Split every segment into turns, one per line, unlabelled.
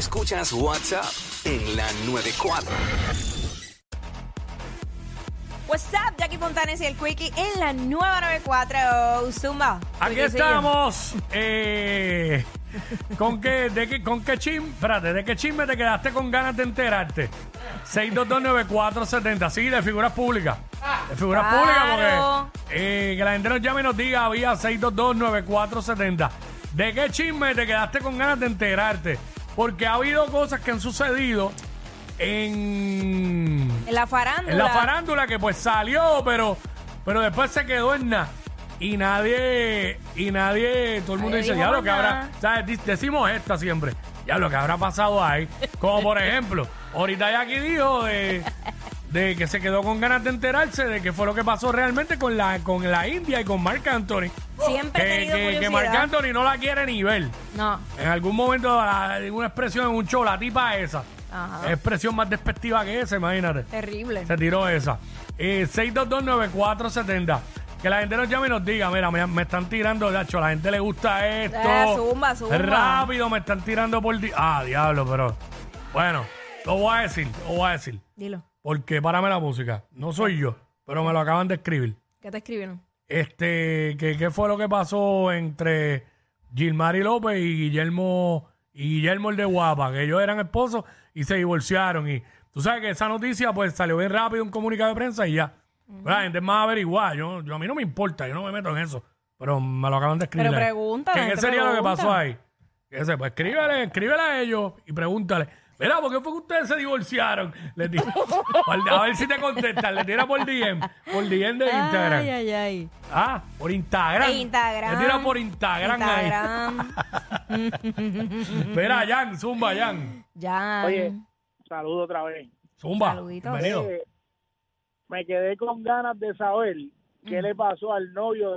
Escuchas WhatsApp en la 94.
WhatsApp, Jackie Fontanes y el Quickie en la nueva 94. Zumba. Quickie,
Aquí
sigue.
estamos. eh, ¿Con qué, de qué- con qué chisme? Espérate, ¿de qué chisme te quedaste con ganas de enterarte? 6229470, sí, de figuras públicas. De figuras
Claro.
públicas, porque eh, que la gente nos llame y nos diga, había 6229470. ¿De qué chisme te quedaste con ganas de enterarte? Porque ha habido cosas que han sucedido en...
En la farándula.
En la farándula que pues salió, pero, pero después se quedó en nada. Y nadie, y nadie, todo el mundo
Nadie
dice,
dijo
ya lo que
nada".
habrá, ¿sabes? Dic- Decimos esta siempre, ya lo que habrá pasado ahí. Como por ejemplo, ahorita ya aquí dijo de, de que se quedó con ganas de enterarse de qué fue lo que pasó realmente con la, con la India y con Marc Anthony.
Siempre he
Que,
tenido
que, que
curiosidad.
Marc Anthony no la quiere ni ver.
No.
En algún momento, la- una expresión en un show, la tipa esa.
Ajá.
Expresión más despectiva que esa, imagínate.
Terrible.
Se tiró esa. Eh, 6229470. Que la gente nos llame y nos diga, mira, me, me están tirando, Nacho, a la gente le gusta esto.
Eh, zumba, zumba.
Rápido, me están tirando por... di- ah, diablo, pero... Bueno, lo voy a decir, lo voy a decir.
Dilo.
Porque párame la música. No soy yo, pero me lo acaban de escribir.
¿Qué te escribieron?
Este, que qué fue lo que pasó entre Gilmari López y Guillermo y Guillermo el de Guapa, que ellos eran esposos y se divorciaron y tú sabes que esa noticia pues salió bien rápido un comunicado de prensa y ya. La gente es más averiguada, yo, yo- a mí no me importa, yo no me meto en eso, pero me lo acaban de escribir.
Pero
ahí.
pregunta,
¿Qué,
la
qué
gente
sería lo que
pregunta.
pasó ahí? Que se- pues escríbele, escríbele a ellos y pregúntale. Mira, ¿por qué fue que ustedes se divorciaron? Les digo, a ver si te contestan, le tira por DM, por DM de Instagram.
Ay, ay, ay.
Ah, por Instagram.
En Instagram.
Te tira por Instagram,
Instagram.
ahí. Espera, Jan, zumba, Jan.
Ya.
Oye, saludo otra vez.
Zumba.
Saluditos.
Bienvenido.
Eh, me quedé con ganas de saber qué le pasó al novio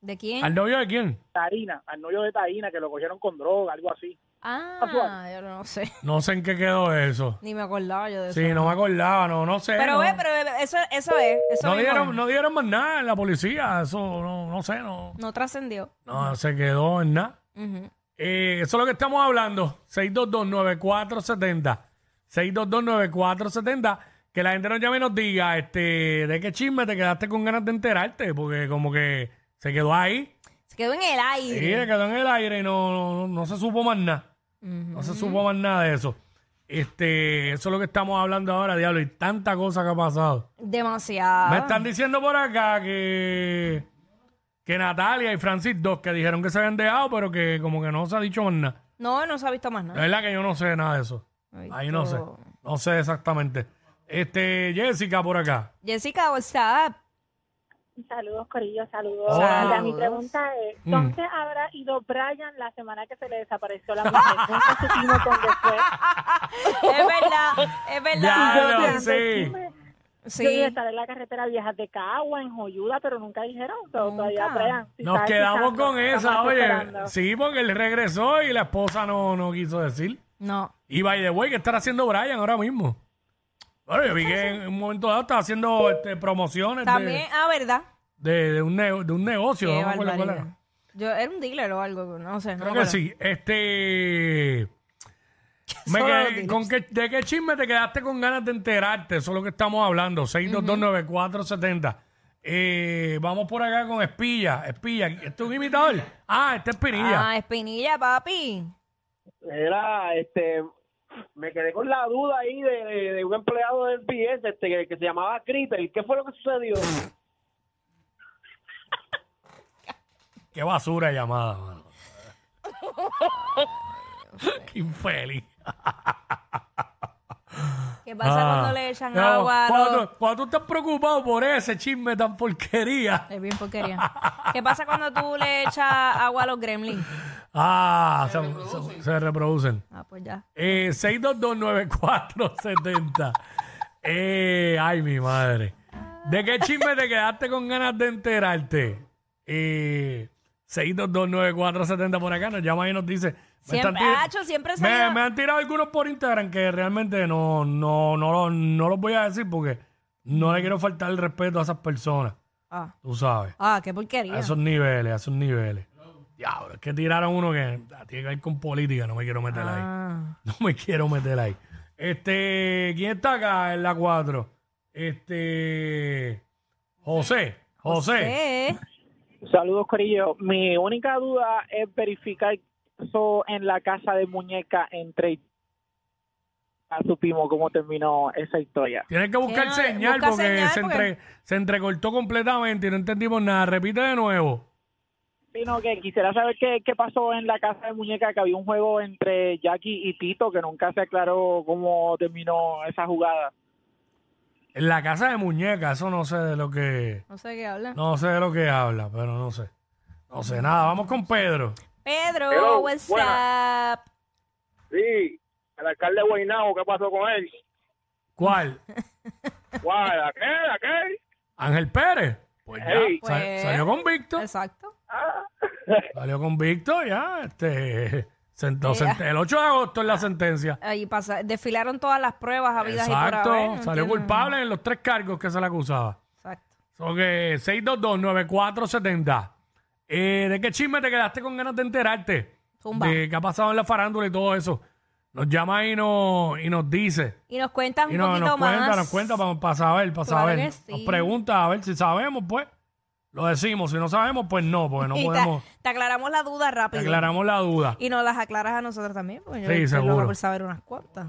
de
¿De quién?
¿Al novio de quién?
Taína, al novio de Taína, que lo cogieron con droga, algo así.
Ah, yo no sé.
No sé en qué quedó eso.
Ni me acordaba yo de eso.
Sí, no me acordaba, no, no sé.
Pero
no.
ve, pero ve, eso, eso es. Eso
no
mismo
dieron,
es.
no dieron más nada en la policía. Eso, no, no sé, no.
No trascendió.
No, se quedó en nada.
Ujú.
Eh, eso es lo que estamos hablando. 6229470. 6229470. Que la gente nos llame y nos diga, este, de qué chisme te quedaste con ganas de enterarte, porque como que se quedó ahí.
Se quedó en el
Sí,
aire.
se quedó en el aire y no, no, no- no se supo más nada. No se supo más nada de eso. Este, eso es lo que estamos hablando ahora, diablo, y tanta cosa que ha pasado.
Demasiado.
Me están diciendo por acá que, que Natalia y Francis dos que dijeron que se habían dejado, pero que como que no se ha dicho más nada.
No, no se ha visto más nada.
La verdad que yo no sé nada de eso. Ahí no sé.
Esto-
No sé exactamente. Este, Jessica por acá.
Jessica, WhatsApp.
Saludos, Corillo, saludos.
Ah.
Hola.
Mira, mi pregunta es,
Mm.
¿dónde habrá ido Brian la semana que se le desapareció la mujer? Nunca supimos dónde fue.
Es verdad, es
Ya,
verdad.
lo sé.
Sí. Yo
Sí.
dije, estar en la carretera vieja de Cagua, en Joyuda, pero nunca dijeron. So,
Nunca.
Todavía Brian. si
Nos
está
quedamos
escuchando,
con esa,
estamos
oye.
esperando.
Sí, porque él regresó y la esposa no, no quiso decir.
No.
Y by the way, ¿qué estará haciendo Brian ahora mismo? Bueno, yo vi que en un momento dado estaba haciendo este, promociones de-
También, ah, verdad.
de, de un nego- de un negocio.
Qué
no me acuerdo cuál era.
barbaridad. Yo era un dealer o algo, no sé. no
Creo
me
que
acuerdo.
sí. Este. me
Solo
quedé-
los dealers.
¿con qué- ¿De qué chisme te quedaste con ganas de enterarte? Eso es lo que estamos hablando. 6229470. Eh, vamos por acá con Espilla. Espilla, ¿este es un imitador? Ah, este es Pirilla.
Ah, Espinilla, papi.
Era, este, me quedé con la duda ahí de, de- de un empleado del PS, este, que, que se llamaba Critter. ¿Qué fue lo que sucedió?
Qué basura de llamada, mano. Qué infeliz.
¿Qué pasa
Ah.
cuando le echan
No,
agua? a los-
Cuando, cuando tú estás preocupado por ese chisme tan porquería.
Es bien porquería. ¿Qué pasa cuando tú le echas agua a los gremlins?
Ah, se, se- se reproducen.
Ah, pues ya.
Eh, 6229470. eh, ay, mi madre. ¿De qué chisme te quedaste con ganas de enterarte? Eh, 6229470 por acá nos llama y nos dice. me están
Siempre,
tir-
Hacho, siempre se
me, me han tirado algunos por Instagram que realmente no, no, no, lo- no los voy a decir porque no le quiero faltar el respeto a esas personas,
Ah,
tú sabes.
ah, qué porquería.
A esos niveles, a esos niveles. Diablo, es que tiraron uno que ah, tiene que ver con política, no me quiero meter
Ah.
ahí. No me quiero meter ahí. Este, ¿quién está acá en la 4? Este, José, José.
Sí.
Saludos, Corillo. Mi única duda es verificar eso en la casa de muñeca entre. Ya supimos cómo terminó esa historia.
Tienes que buscar
no,
señal
busca
porque,
señal
se,
porque-
entre- se entrecortó completamente y no entendimos nada. Repite de nuevo.
Sino que quisiera saber qué, qué pasó en la casa de muñeca, que había un juego entre Jackie y Tito, que nunca se aclaró cómo terminó esa jugada.
En la casa de muñecas, eso no sé de lo que...
No sé de qué habla.
No sé de lo que habla, pero no sé. No sé nada. Vamos con Pedro.
Pedro,
Hello,
what's up?
Sí, el alcalde de Guaynabo, ¿qué pasó con él?
¿Cuál?
Guay, aquel, aquel.
Ángel Pérez. Pues ya.
Ey.
sa-
Pues.
Salió convicto.
Exacto.
Salió convicto ya. Este, sen- no,
Ya.
sen- el 8 de agosto es la sentencia.
Ahí pasa, desfilaron todas las pruebas habidas y
Exacto.
por haber. ¿no
Salió
entiendes?
culpable en los tres cargos que se le acusaba.
Exacto.
Son eh, 6229470. Eh, ¿De qué chisme te quedaste con ganas de enterarte?
Zumba.
De qué ha pasado en la farándula y todo eso. Nos llama y, nos y nos dice.
Y nos cuentas
Y
un
no,
poquito
nos cuenta,
más.
nos cuenta para, saber,
Claro
para saber.
que
Nos
sí.
pregunta a ver si sabemos, pues. Lo decimos. Si no sabemos, pues no, porque no
Y te-
podemos.
te, aclaramos la duda
te
rápido.
aclaramos la duda.
Y nos las aclaras a nosotros también. Porque yo
Sí,
estoy loca
seguro.
por saber unas cuantas.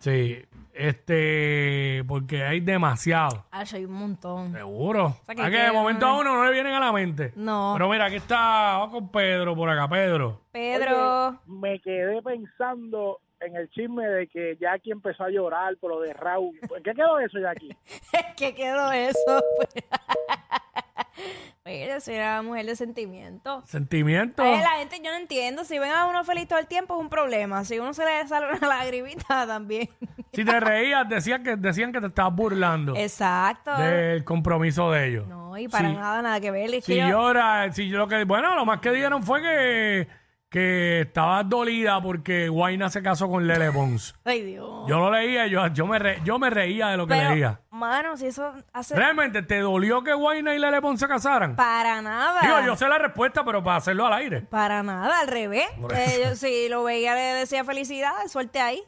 Sí. Este. Porque hay demasiado.
Ah, hay un montón.
Seguro.
sea, que
Ah, que de
queda-
momento a uno no le vienen a la mente.
No.
Pero mira, aquí está. Vamos con Pedro por acá, Pedro.
Pedro.
Me quedé pensando en el chisme de que Jackie empezó a llorar por lo de Raúl. ¿En qué quedó eso, Jackie?
¿Qué quedó eso? Mira, soy una mujer de sentimiento.
Sentimiento.
Ay, la gente, yo no entiendo. Si ven a uno feliz todo el tiempo es un problema. Si uno se le sale una lagrimita también.
Si te reías, decían que, decían que te estabas burlando
Exacto.
del compromiso de ellos.
No, y para
Sí.
nada, nada que ver. Es
Si
que yo-
llora, si yo lo que bueno, lo más que dijeron fue que, que estaba dolida porque Guaina se casó con Lele Pons.
Ay, Dios.
Yo lo leía, y yo, yo me re- yo me reía de lo que
Pero,
leía.
mano, si eso hace
¿Realmente te dolió que Guaina y Lele Pons se casaran?
para nada.
Digo, yo sé la respuesta, pero para hacerlo al aire.
Para nada, al revés.
Por
Eh, yo, si lo veía, le decía felicidades, suerte ahí.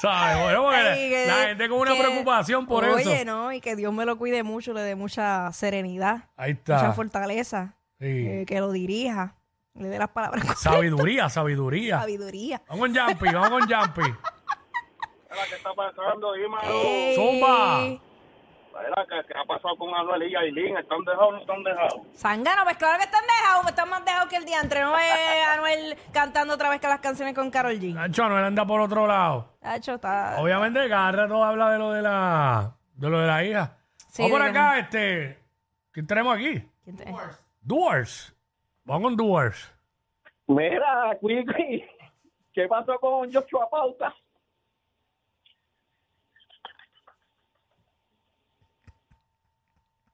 ¿Sabes? Bueno, porque
Ay, que-
la gente con una
que-
preocupación por
oye,
eso.
no, y que Dios me lo cuide mucho, le dé mucha serenidad,
Ahí
mucha
está.
fortaleza,
Sí.
eh, que lo dirija, le dé las palabras con
Sabiduría, sabiduría.
sabiduría.
Vamos con Jumpy, vamos con Jumpy.
¿Qué está pasando, Dímaro?
Ey.
Zumba.
Eh,
¿Qué, ha pasado con Anuel y Aileen? ¿Están dejados o no están dejados?
Zángano, pues claro que están dejados, están más dejados que el diantre. No es Anuel cantando otra vez que las canciones con Carol G.
Nacho, no él anda por otro lado.
Tacho, está-
Obviamente Garra todo habla de lo de la de lo de la hija.
Sí,
Vamos por
de
acá, este. ¿Quién tenemos aquí?
¿Quién te-
Doors. Vamos con Doors.
Mira, Quiqui, ¿qué pasó con Joshua Pauta?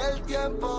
El tiempo